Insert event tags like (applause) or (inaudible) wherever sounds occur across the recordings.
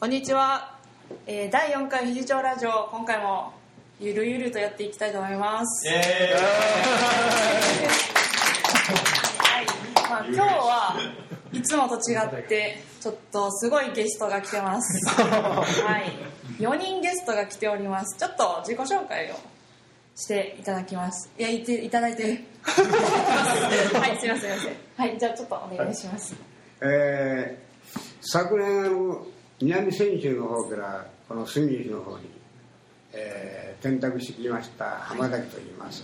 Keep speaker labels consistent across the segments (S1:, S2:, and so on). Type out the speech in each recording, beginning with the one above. S1: こんにちは、えー第4回ひじちょうラジオ今回もゆるゆるとやっていきたいと思います、
S2: え
S1: はいまあ、今日はいつもと違ってちょっとすごいゲストが来てます
S3: (laughs)
S1: はい4人ゲストが来ておりますちょっと自己紹介をしていただきますいやいていただい
S3: (laughs)
S1: てはいすいませんすいませんはいじゃあちょっとお願いします
S4: えー昨年あの南千住の方からこの住吉の方に、えー転宅してきました浜崎と言います、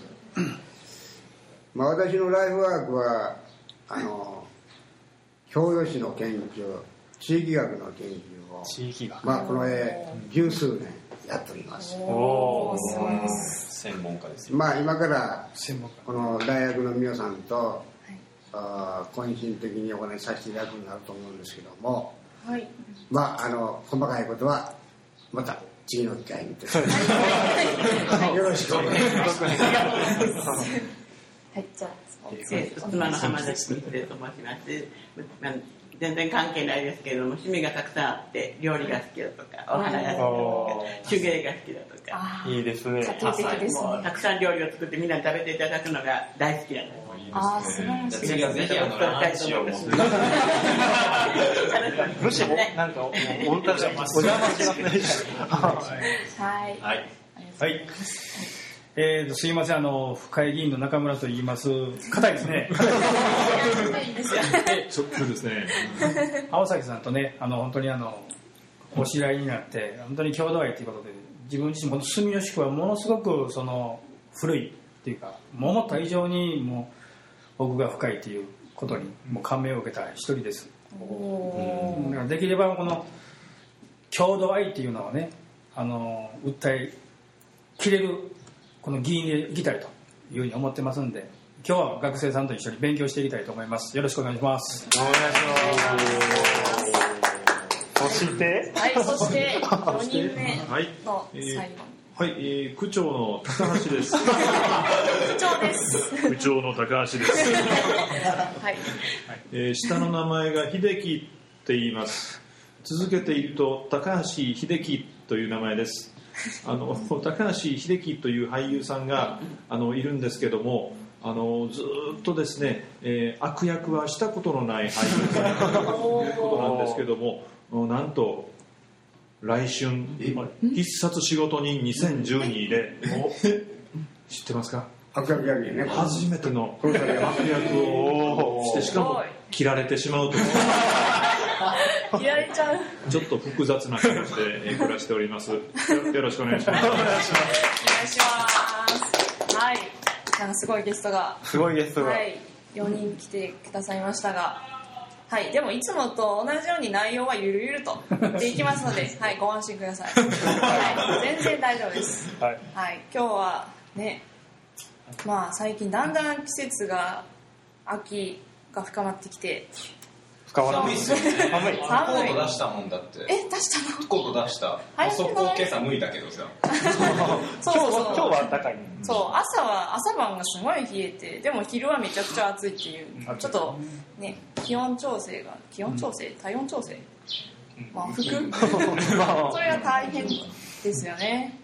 S4: まあ、私のライフワークはあの教養史の研究地域学の研究を、
S3: 地域が。
S4: まあ、この絵十数年やっております
S1: おーすごいで
S2: ー
S1: す
S2: 専門家ですよ
S4: まあ今から
S3: 専門家。
S4: この大学の皆さんと、あー懇親的にお話しさせていただくようになると思うんですけども
S1: はい
S4: まあ、あの、細かいことは、また次の機会にと。よろしくお願いします。
S1: はいじゃあ
S5: 妻の浜崎美生と申します、まあ全然関係ないですけれども趣味がたくさんあって料理が好きだとかお花が好きだとか手芸が好きだとか
S1: あー
S3: いいですね。
S1: 家庭的です
S5: もう
S1: ね
S5: たくさん料理を作ってみんなに食べていただくのが大好きなんで
S1: あー素晴らしい
S2: じゃあ次はぜひあのランチを持って (laughs)
S5: す
S3: むしろ、
S5: ね
S3: なんか、もう本当にお邪魔しますね。
S1: はい
S2: はい
S6: はい。えーと、すいません、あの、府会議員の中村と言います。硬いですね。
S1: いいですよ
S6: ショックですね。青崎さんとね、あの、本当にあの、お知り合いになって、本当に郷土愛ということで、自分自身も住吉区はものすごく、その、古いっていうか、もう思った以上に、もう、奥が深いということに、もう感銘を受けた一人です。
S1: お
S6: だからできればこの郷土愛っていうのはねあの訴えきれるこの議員でいきたいというふうに思ってますんで今日は学生さんと一緒に勉強していきたいと思いますよろしくお願いします
S3: お願いします。そして、
S1: はい、そして4人目の最後、
S7: はい、えー、区長の高橋です。
S1: 部長です。
S7: 区長の高橋です。
S1: はい、
S7: えー、下の名前が秀樹って言います。続けていると高橋秀樹という名前です。あの高橋秀樹という俳優さんがあのいるんですけども、あのずーっとですね、えー悪役はしたことのない俳優さんということなんですけども、うんなんと。来春必殺仕事人2012で知ってますか
S4: 悪役役にね、
S7: 初めての悪
S4: されま
S7: 役を (laughs) してしかも切られてしまうという
S3: (laughs)
S1: いられちゃう。
S7: ちょっと複雑な感じでえー暮らしておりますよよろしくお願いします
S1: お願いします。はい、なんかすごいゲストが、
S3: すごいゲストが
S1: は。い、4人来てくださいましたが、はい、でもいつもと同じように内容はゆるゆると言っていきますので、
S3: (laughs)
S1: はい、ご安心ください。はい、全然大丈夫です。
S3: はい。
S1: はい、今日はね、まあ最近だんだん季節が秋が深まってきて、
S3: 深わら
S2: 寒いっすよね
S3: 寒い。
S2: コ
S1: 寒い
S2: ート出したもんだって
S1: え、出したの
S2: コート出した
S1: 早くない
S2: 速攻今朝脱いだけどさ
S1: そ
S3: 今
S1: う
S3: 日
S1: そう
S3: は
S1: そ、う
S3: 今日は暖かい。
S1: そう朝は朝晩がすごい冷えてでも昼はめちゃくちゃ暑いっていうちょっとね気温調整が気温調整体温調整まあ服そ (laughs)
S3: まあ、
S1: れが大変ですよね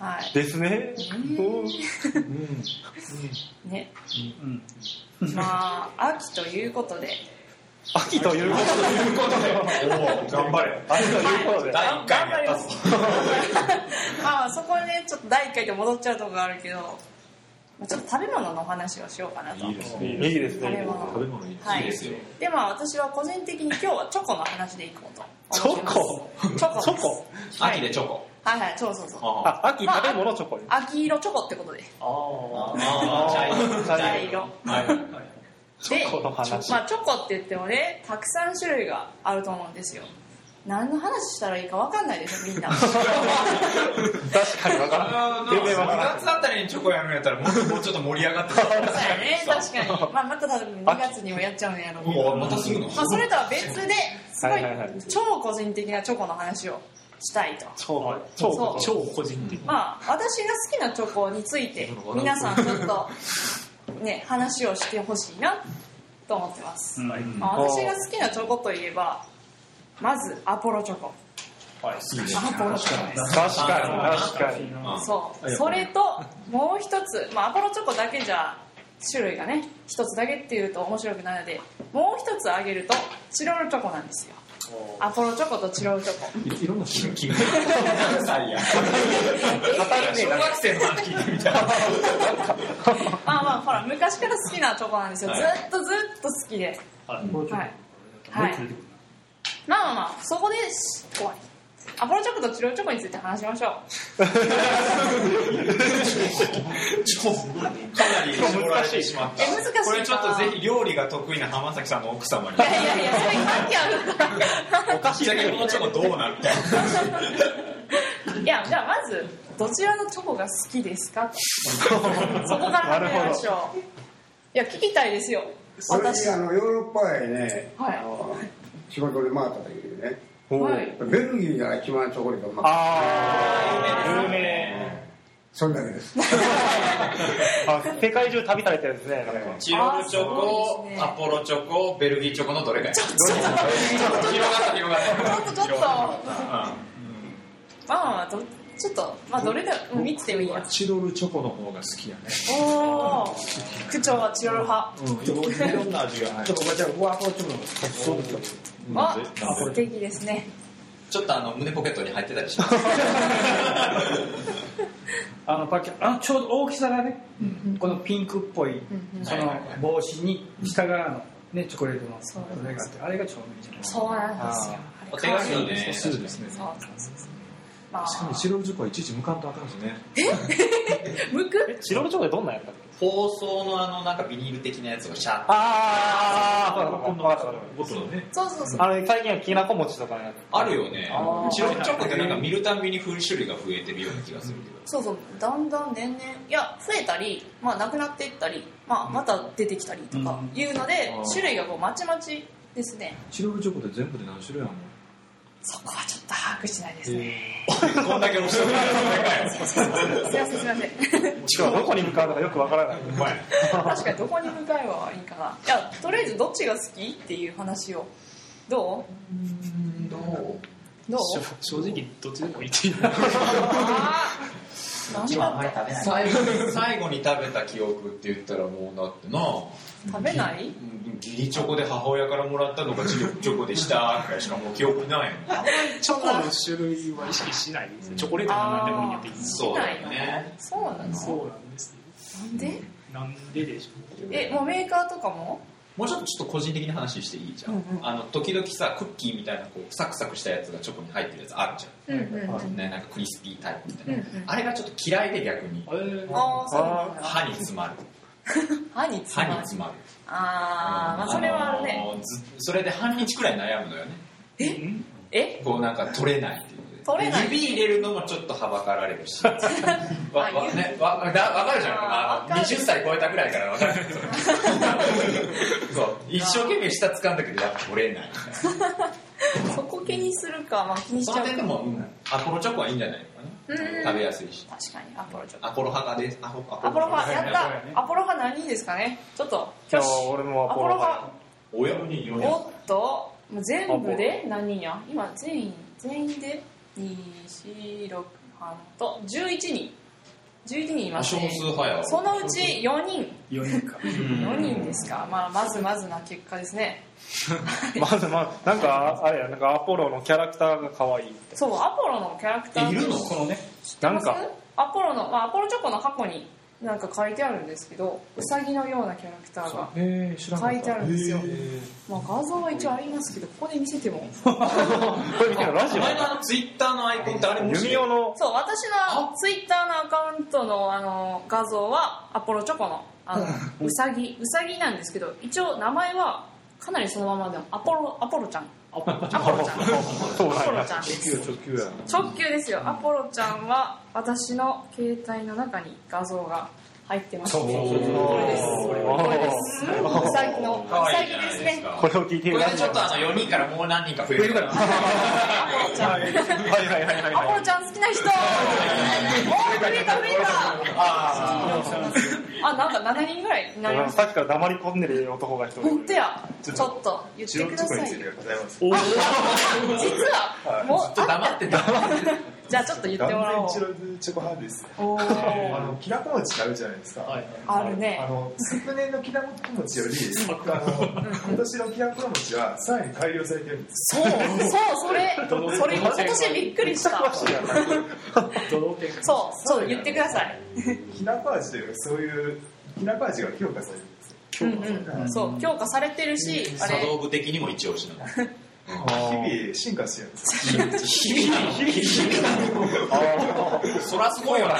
S1: はい
S3: ですね。
S1: ね
S6: うん
S1: まあ秋ということで
S3: 秋ということ
S7: 頑張れ
S3: で、秋ということで。
S2: 第1回もやったぞ
S1: (laughs) まあそこはねちょっと第1回で戻っちゃうとこがあるけどまあちょっと食べ物のお話をしようかなと
S7: いいです
S3: い
S7: ね
S3: いです
S1: 食べ
S3: ね。
S1: 物
S7: 食べ物いい
S1: はい
S2: いですよ
S1: でまあ私は個人的に今日はチョコの話でいこうと思ってますチョコ
S3: チョコ
S2: 秋でチョコ
S1: はいはいそうそうそう
S2: あ
S3: あ、秋食べ物チョコレート。
S1: 秋色チョコってことで
S2: あー茶色
S1: 茶色
S2: はいはい
S1: で
S3: チョコの話
S1: まあ、チョコって言ってもねたくさん種類があると思うんですよ何の話したらいいか分かんないでしょみ
S3: (laughs)
S1: んなそう
S3: 確かにわからん。全然わか
S2: 2月あたりにチョコやめやったらもうもうちょっと盛り上がってた
S1: やね確かに、まあ、また多分2月にもやっちゃうんやろうけど、
S2: もうまたすぐの
S1: まあ、それとは別ですごい
S3: はいはいはい
S1: 超個人的なチョコの話をしたいと
S3: らん。超、超、
S1: そ
S6: 個人的
S1: まあ私が好きなチョコについて皆さんちょっとね話をしてほしいなと思ってます
S6: はい
S1: まあ私が好きなチョコといえばまずアポロチョコ
S6: あポロチョコです
S3: 確かに確かに
S1: そうそれともう一つ、まあ、アポロチョコだけじゃ種類がね一つだけっていうと面白くないのでもう一つあげるとチロルチョコなんですよアポロチョコとチロルチョコ
S7: いいろんな種類
S2: 何歳や小学生の話聞いてみ
S1: (laughs)
S2: たい
S1: まあまあほら昔から好きなチョコなんですよ、
S2: はい
S1: ずっとずっと好きで
S6: あポロチョコ
S1: はいはいまあまあまあそこで終わりアポロチョコとチロルチョコについて話しましょう
S2: 超かなり絞られてしまった
S1: え難しいな
S2: これちょっとぜひ料理が得意な浜崎さんの奥様に
S1: いやいやいやそれ関係ある (laughs) から
S2: おかしいだけどもうちょっとどうなるみたいない
S1: やじゃあまずどちらのチョコが好きですかとそこから始めましょういや聞きたいですよ
S4: それ
S1: 私
S4: にあのヨーロッパへね、
S1: はい
S4: あの仕事で回った時にね
S1: はい
S4: ベルギーが一番チョコレートうまかった
S3: ああ有名
S4: それだけです
S3: あ世界中旅されてるんですねなんか
S2: チロルチョ
S1: あそう
S2: コ、
S1: ですね
S2: アポロチョコベルギーチョコのどれがいいちょっと広がった広がった
S1: ちょっとちょっと
S2: うん
S1: まあまあまあどちょっとまあどれでも見てもいいや
S7: チロルチョコの方が好きやね
S1: おお区長はチロル派
S7: うんいろんな味が入
S6: ちょ
S7: る
S6: っとこちらここアポロチョコのそうですよ
S1: あ
S7: なんで
S1: 素敵ですね
S2: ちょっとあの胸ポケットに入ってたりします
S6: あのパッケあのちょうど大きさがね、このピンクっぽい、その帽子に下側の、ね、チョコレートの
S1: そう
S6: それがあってあれがちょうどいいんじゃないですか
S1: そうなんですよ
S2: お手紙にね
S7: すぐですね
S1: そうそうそうそうま
S7: しかも
S1: あ
S7: チロルチョコはいちいち向かんとあかんしね
S1: むく
S3: チロルチョコでどんなんやったっけ
S2: 包装のあのなんかビニール的なやつがシャー
S3: ああ分かった分かっ
S7: ボトルね
S1: そうそうそう
S3: たあの最近はきなこ餅とかやつ
S2: あるよね
S3: あー
S2: チロルチョコってなんか見るたんびに風種類が増えてるような気がするけど
S1: そうそうだんだん年々いや増えたり、まあ、なくなっていったり、まあ、また出てきたりとかいうので、
S7: うん
S1: 種類がこうまちまちですね
S7: チロルチョコって全部で何種類あるの
S1: そこはちょっと把握してないですね、
S2: (laughs) こんだけ面白い
S1: すいませんすいません
S3: しかもどこに向かうのかよくわからない
S2: お前
S1: 確かにどこに向かえばいいかないやとりあえずどっちが好きっていう話をどうどう (laughs)
S3: 正直どっちでもいいっていう
S1: あー何だった
S2: 食べない最後最後に食べた記憶って言ったらもうだってな
S1: 食べない
S2: うんギリチョコで母親からもらったのがチロルチョコでしたくらいしかもう記憶ないもん
S3: チョコの種類は意識しないですねチョコレートでも何でもいいっていう
S2: そうだよね
S1: そうなの
S3: そうなんです
S1: なんで
S3: なんででしょう
S1: えもうメーカーとかも
S2: もうちょっとちょっと個人的な話していいじゃん、
S1: うんうん
S2: あの時々さクッキーみたいなこうサクサクしたやつがチョコに入ってるやつあるじ
S1: うんうんうん
S2: ゃん、ね、なんかクリスピータイプみたいな、
S1: うんうん
S2: あれがちょっと嫌いで逆に
S3: あれ
S1: ああそうなんだ
S2: 歯に詰まる
S1: 歯につ
S2: 歯
S1: ま
S2: に
S1: る
S2: 詰まる
S1: あー、まあそれはあるね
S2: あのーずそれで半日くらい悩むのよね
S1: え
S2: こうなんか取れないっていうので
S1: 取れない
S2: 指入れるのもちょっとはばかられるしわわ、ね、わわだわかるじゃん
S1: あー
S2: あ
S1: わ
S2: の
S1: かる
S2: 20歳超えたくらいからわかるそう一生懸命舌掴んだけどやっぱ取れない
S1: そこ気にするか、まあ、気にし
S2: そ
S1: ちゃ
S2: の
S1: うか
S2: 点でも、うんアポロチョコはいいんじゃないのか
S1: うん
S2: な食べやすいし
S1: 確かにアポロちょっと
S2: アポロ派がですアポ
S1: アポロ派やっ
S2: アポロ派
S1: たアポロ派何人ですかねちょっと挙手
S3: 俺もアポロ派
S2: おやに4
S1: おっともう全部で何人や今全員全員で246半と11人11人います
S2: 少
S1: ね
S2: 数派やわ
S1: そのうち4人
S6: 4人か
S1: 4人ですか、まあ、まずまずな結果ですね
S3: まずまずなんかあれやなんかアポロのキャラクターが可愛い
S1: そうアポロのキャラクター
S2: えいるの
S6: このね
S3: なんか
S1: アポロの、まあ、アポロチョコの箱になんか書いてあるんですけどウサギのようなキャラクターが
S7: えー、知らんかった
S1: 書いてあるんですよ
S7: へー
S1: まあ、画像は一応ありますけどここで見せて (laughs) も
S3: これ見てるラジオ
S2: 前のあのツイッターのアイコンってあれ面白
S3: 弓
S2: い
S3: 尾の
S1: そう私のツイッターのアカウントのあの画像はアポロチョコのあ (laughs) のウサギウサギなんですけど一応名前はかなりそのままでもアポロアポロちゃんアポロちゃんアポロ
S3: そうなんや
S1: ちゃんです
S7: 直球直球や
S1: 直球ですよアポロちゃんは私の携帯の中に画像が入ってますねこれですこれですうんウサギの
S2: 可
S1: ウ
S2: 愛
S1: サ
S2: いじ
S1: ギ
S2: ゃな
S1: で
S2: い
S1: す
S2: です
S1: ね
S2: か
S3: これを聞いて
S2: こ
S3: る
S2: れ
S3: ラ
S2: で
S3: ジ
S2: ち
S3: オ
S2: ょっとあの4人からもう何人か増えるから
S1: アポロちゃん
S3: はいはいはいはい
S1: アポロちゃん好きな人おー増えた増えたあなんか7人ぐらいになりました
S3: さっきから黙り込んでる男が一人
S1: 本当やちょっと言ってくださいよ
S2: ございます
S1: 実はもう
S8: っと黙ってた。
S1: じゃあちょっと言ってもら
S9: 断
S1: おう
S9: 然チロルチョコ派です
S1: お
S9: あ
S1: ー
S9: のきなこ餅ってあるじゃないですか、
S8: はい
S1: あるね
S9: あの昨年のきなこ餅よりあの今年のきなこ餅はさらに改良されてるんです
S1: そうそうそれそれ今年びっくりしたそうそう言ってください
S9: きなこ味というかそういうきなこ味が評価されるんです
S1: うんうんそう強化されてるしあ
S2: 作動
S1: れ
S2: 部的にも一押しなの。
S9: 日々進化してるんです
S2: 日々なの (laughs) そらすごいわな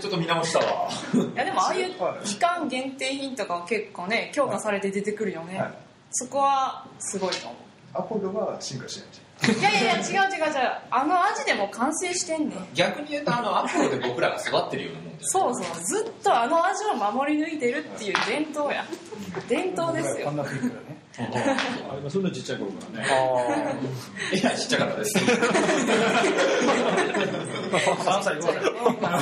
S2: ちょっと見直したわ。
S1: いやでもああいう期間限定品とかは結構ね強化されて出てくるよね、
S9: はい
S1: そこはすごいと思
S9: アポロは進化してない
S1: いやいやいや違う違う違うあの味でも完成してんねん
S2: 逆に言うと、あの、アポロで僕らが育ってるようなもんだよ
S1: そうそうずっとあの味を守り抜いてるっていう伝統や伝統ですよ
S6: こんなピックだね
S7: あれそんなちっちゃい頃からね
S2: いや、ちっちゃかったです。
S6: 3歳5歳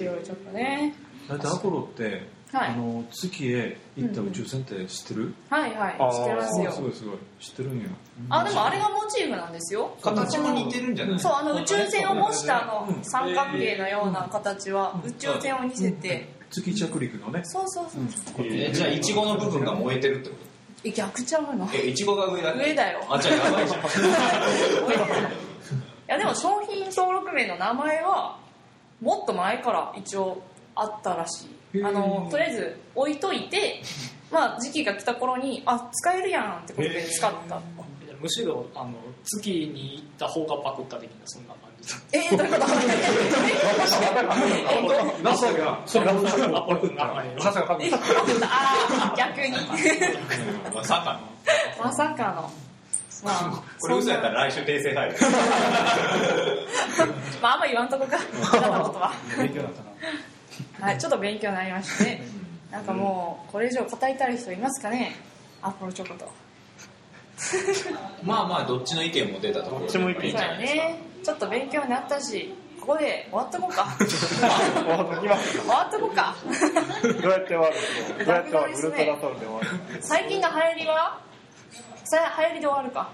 S1: (laughs) 白いチョコね
S7: だってアポロって、
S1: はい
S7: あの月へ行った宇宙船って知ってる、
S1: はいはい知ってます
S7: す
S1: よ
S7: ごいすごい知ってるんや
S1: あでもあれがモチーフなんですよ
S2: 形も似てるんじゃない
S1: そうあの宇宙船を模したあの三角形のような形は宇宙船を似せて
S7: 月着陸のね
S1: そうそうそう
S2: えじゃあ、イチゴの部分が燃えてるってこ
S1: え逆ちゃうの
S2: とえ、イチゴが上だっけ
S1: 上だよ (laughs)
S2: あ、じゃあやばいじゃん。
S1: いやでも商品登録名の名前はもっと前から一応あったらしいあのとりあえず置いとい (laughs) て、まあ、時期が来た頃にあ使えるやんってことで使った
S8: むしろ、あの、月に行った方がパクった的な、
S3: (laughs)
S8: そんな感じだ。
S1: (laughs) えー、どういうことえどう
S7: ナサが
S8: それが、アポロの名前を。
S3: さすが
S1: えどういうことああ逆に (laughs)
S2: まさかの。
S1: まさかのまあ
S2: これ嘘やったら来週訂正入る。
S1: まああんま言わんとこ (laughs) かあなたのことは
S6: 勉強だったな
S1: はい、ちょっと勉強になりましたね。なんかもう、これ以上語りたい人いますかねアップルチョコと。
S2: (laughs) まあまあ、どっちの意見も出たところで。
S3: どっちも意
S1: そ
S3: 見
S1: う
S3: じゃ
S1: やね。ちょっと勉強になったし、ここで終わっとこう (laughs) か。終わっとこうか。
S3: どうやって終わるどうやって終わるウルトラトルで終わる
S1: 最近の流行りはさ流行りで終わるか。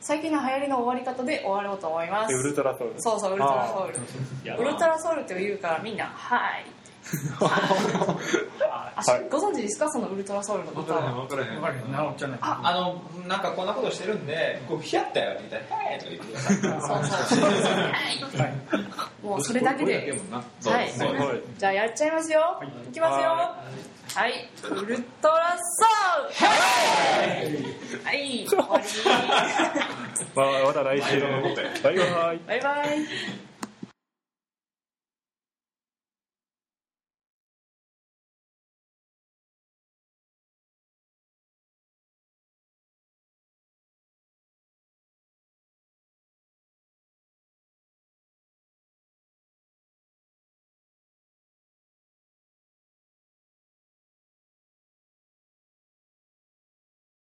S1: 最近の流行りの終わり方で終わろうと思いま
S3: でウル
S1: す。
S3: トラトル
S1: (laughs) そうそう、ウルトラソウル。
S8: いや
S1: ウルトラソウルって言うからみんな、はい。 (laughs) あしご存知ですかそのウルトラソウルの
S7: 分
S1: こと
S7: からへん
S1: は。
S7: 分からへん
S6: 分かるよなおっちゃんない
S2: あの、なんかこんなことしてるんで、こう、ひやったよって言ったら、へーとか言ってください。
S1: そうそう。はい。もうそれだけで。はい。じゃあやっちゃいますよ。いきますよ。はい。ウルトラソウル。はい。終わり。
S3: まあまた来週バイバイ
S1: バイバイ。